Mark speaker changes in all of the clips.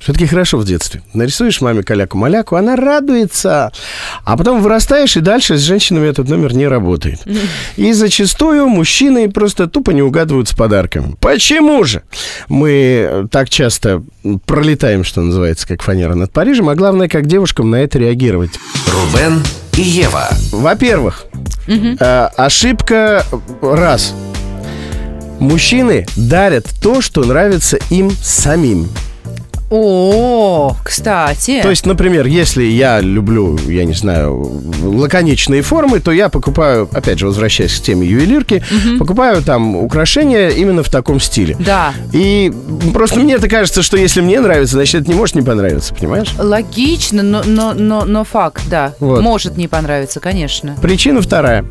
Speaker 1: Все-таки хорошо в детстве. Нарисуешь маме каляку-маляку, она радуется. А потом вырастаешь, и дальше с женщинами этот номер не работает. И зачастую мужчины просто тупо не угадывают с подарками. Почему же? Мы э, так часто пролетаем, что называется, как фанера над Парижем, а главное, как девушкам на это реагировать.
Speaker 2: Рубен и Ева.
Speaker 1: Во-первых, э, ошибка э, раз. Мужчины дарят то, что нравится им самим.
Speaker 3: О, кстати.
Speaker 1: То есть, например, если я люблю, я не знаю, лаконичные формы, то я покупаю, опять же, возвращаясь к теме ювелирки, покупаю там украшения именно в таком стиле.
Speaker 3: Да.
Speaker 1: И просто мне это кажется, что если мне нравится, значит, это не может не понравиться, понимаешь?
Speaker 3: Логично, но, но, но, но факт, да.
Speaker 1: Вот.
Speaker 3: Может не понравиться, конечно.
Speaker 1: Причина вторая.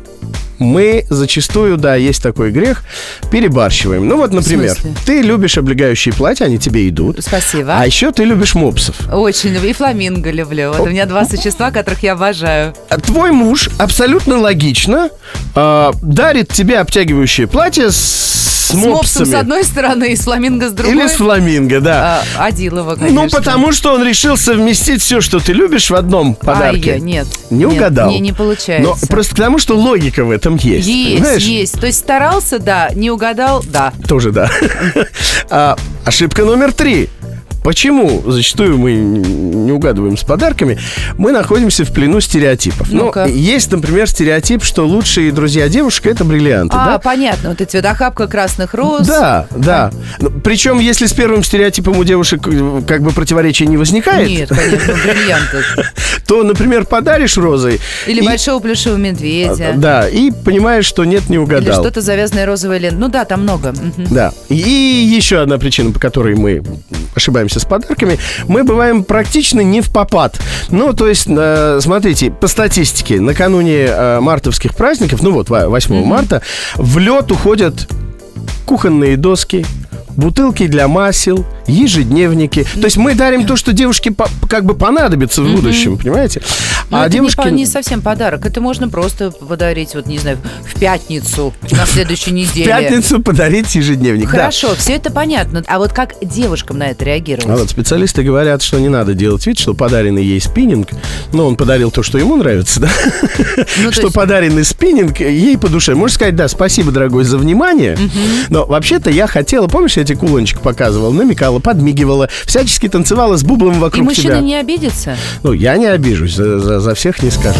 Speaker 1: Мы зачастую, да, есть такой грех, перебарщиваем. Ну вот, например,
Speaker 3: смысле?
Speaker 1: ты любишь облегающие платья, они тебе идут.
Speaker 3: Спасибо.
Speaker 1: А еще ты любишь мопсов.
Speaker 3: Очень люблю. И фламинго люблю. Вот у меня два существа, которых я обожаю.
Speaker 1: А Твой муж абсолютно логично э, дарит тебе обтягивающее платье с, с
Speaker 3: С мопсом
Speaker 1: мопсами.
Speaker 3: с одной стороны и с фламинго с другой.
Speaker 1: Или с фламинго, да.
Speaker 3: А, Адилова, конечно.
Speaker 1: ну, потому что он решил совместить все, что ты любишь, в одном подарке.
Speaker 3: Ай, я- нет.
Speaker 1: Не
Speaker 3: Нет,
Speaker 1: угадал.
Speaker 3: Не, не получается.
Speaker 1: Но просто к тому, что логика в этом есть.
Speaker 3: Есть,
Speaker 1: понимаешь?
Speaker 3: есть. То есть старался, да, не угадал, да.
Speaker 1: Тоже да. А, ошибка номер три. Почему зачастую мы не угадываем с подарками? Мы находимся в плену стереотипов. Ну,
Speaker 3: Ну-ка.
Speaker 1: есть, например, стереотип, что лучшие друзья девушек это бриллианты,
Speaker 3: а,
Speaker 1: да?
Speaker 3: понятно, вот эти вот охапка красных роз.
Speaker 1: Да, да. Ну, Причем, если с первым стереотипом у девушек э, как бы противоречия не возникает,
Speaker 3: Нет, конечно, бриллианты.
Speaker 1: то, например, подаришь розой.
Speaker 3: Или
Speaker 1: и- А,
Speaker 3: большого плюшевого медведя.
Speaker 1: Да, и понимаешь, что нет, не
Speaker 3: Или
Speaker 1: угадал.
Speaker 3: что-то завязанное розовой лентой. Ну да, там много. Мгм.
Speaker 1: Да. И еще одна причина, по которой мы ошибаемся с подарками, мы бываем практически не в попад. Ну, то есть, э, смотрите, по статистике, накануне э, мартовских праздников, ну вот, ва- 8 марта, в лед уходят кухонные доски, бутылки для масел, ежедневники. То есть мы дарим то, что девушке по- как бы понадобится в будущем, понимаете? А
Speaker 3: Но Ну, это не по- не, совсем подарок. Это можно просто подарить, вот не знаю, в пятницу, на следующей
Speaker 1: в
Speaker 3: неделе.
Speaker 1: пятницу подарить ежедневник. да.
Speaker 3: Хорошо, все это понятно. А вот как девушкам на это
Speaker 1: А
Speaker 3: реагировать?
Speaker 1: вот специалисты говорят, что не надо делать вид, что подаренный ей спиннинг, но он подарил то, что ему нравится, да?
Speaker 3: Ну, то
Speaker 1: Что
Speaker 3: есть-
Speaker 1: подаренный спиннинг ей по душе. Можешь сказать, да, спасибо, дорогой, за внимание, но вообще-то я хотела, помнишь, я тебе кулончик показывал, намекала, подмигивала, всячески танцевала с бублом
Speaker 3: И
Speaker 1: вокруг
Speaker 3: мужчина
Speaker 1: тебя.
Speaker 3: не обидится?
Speaker 1: Ну, я не обижусь, за- за за всех не скажу.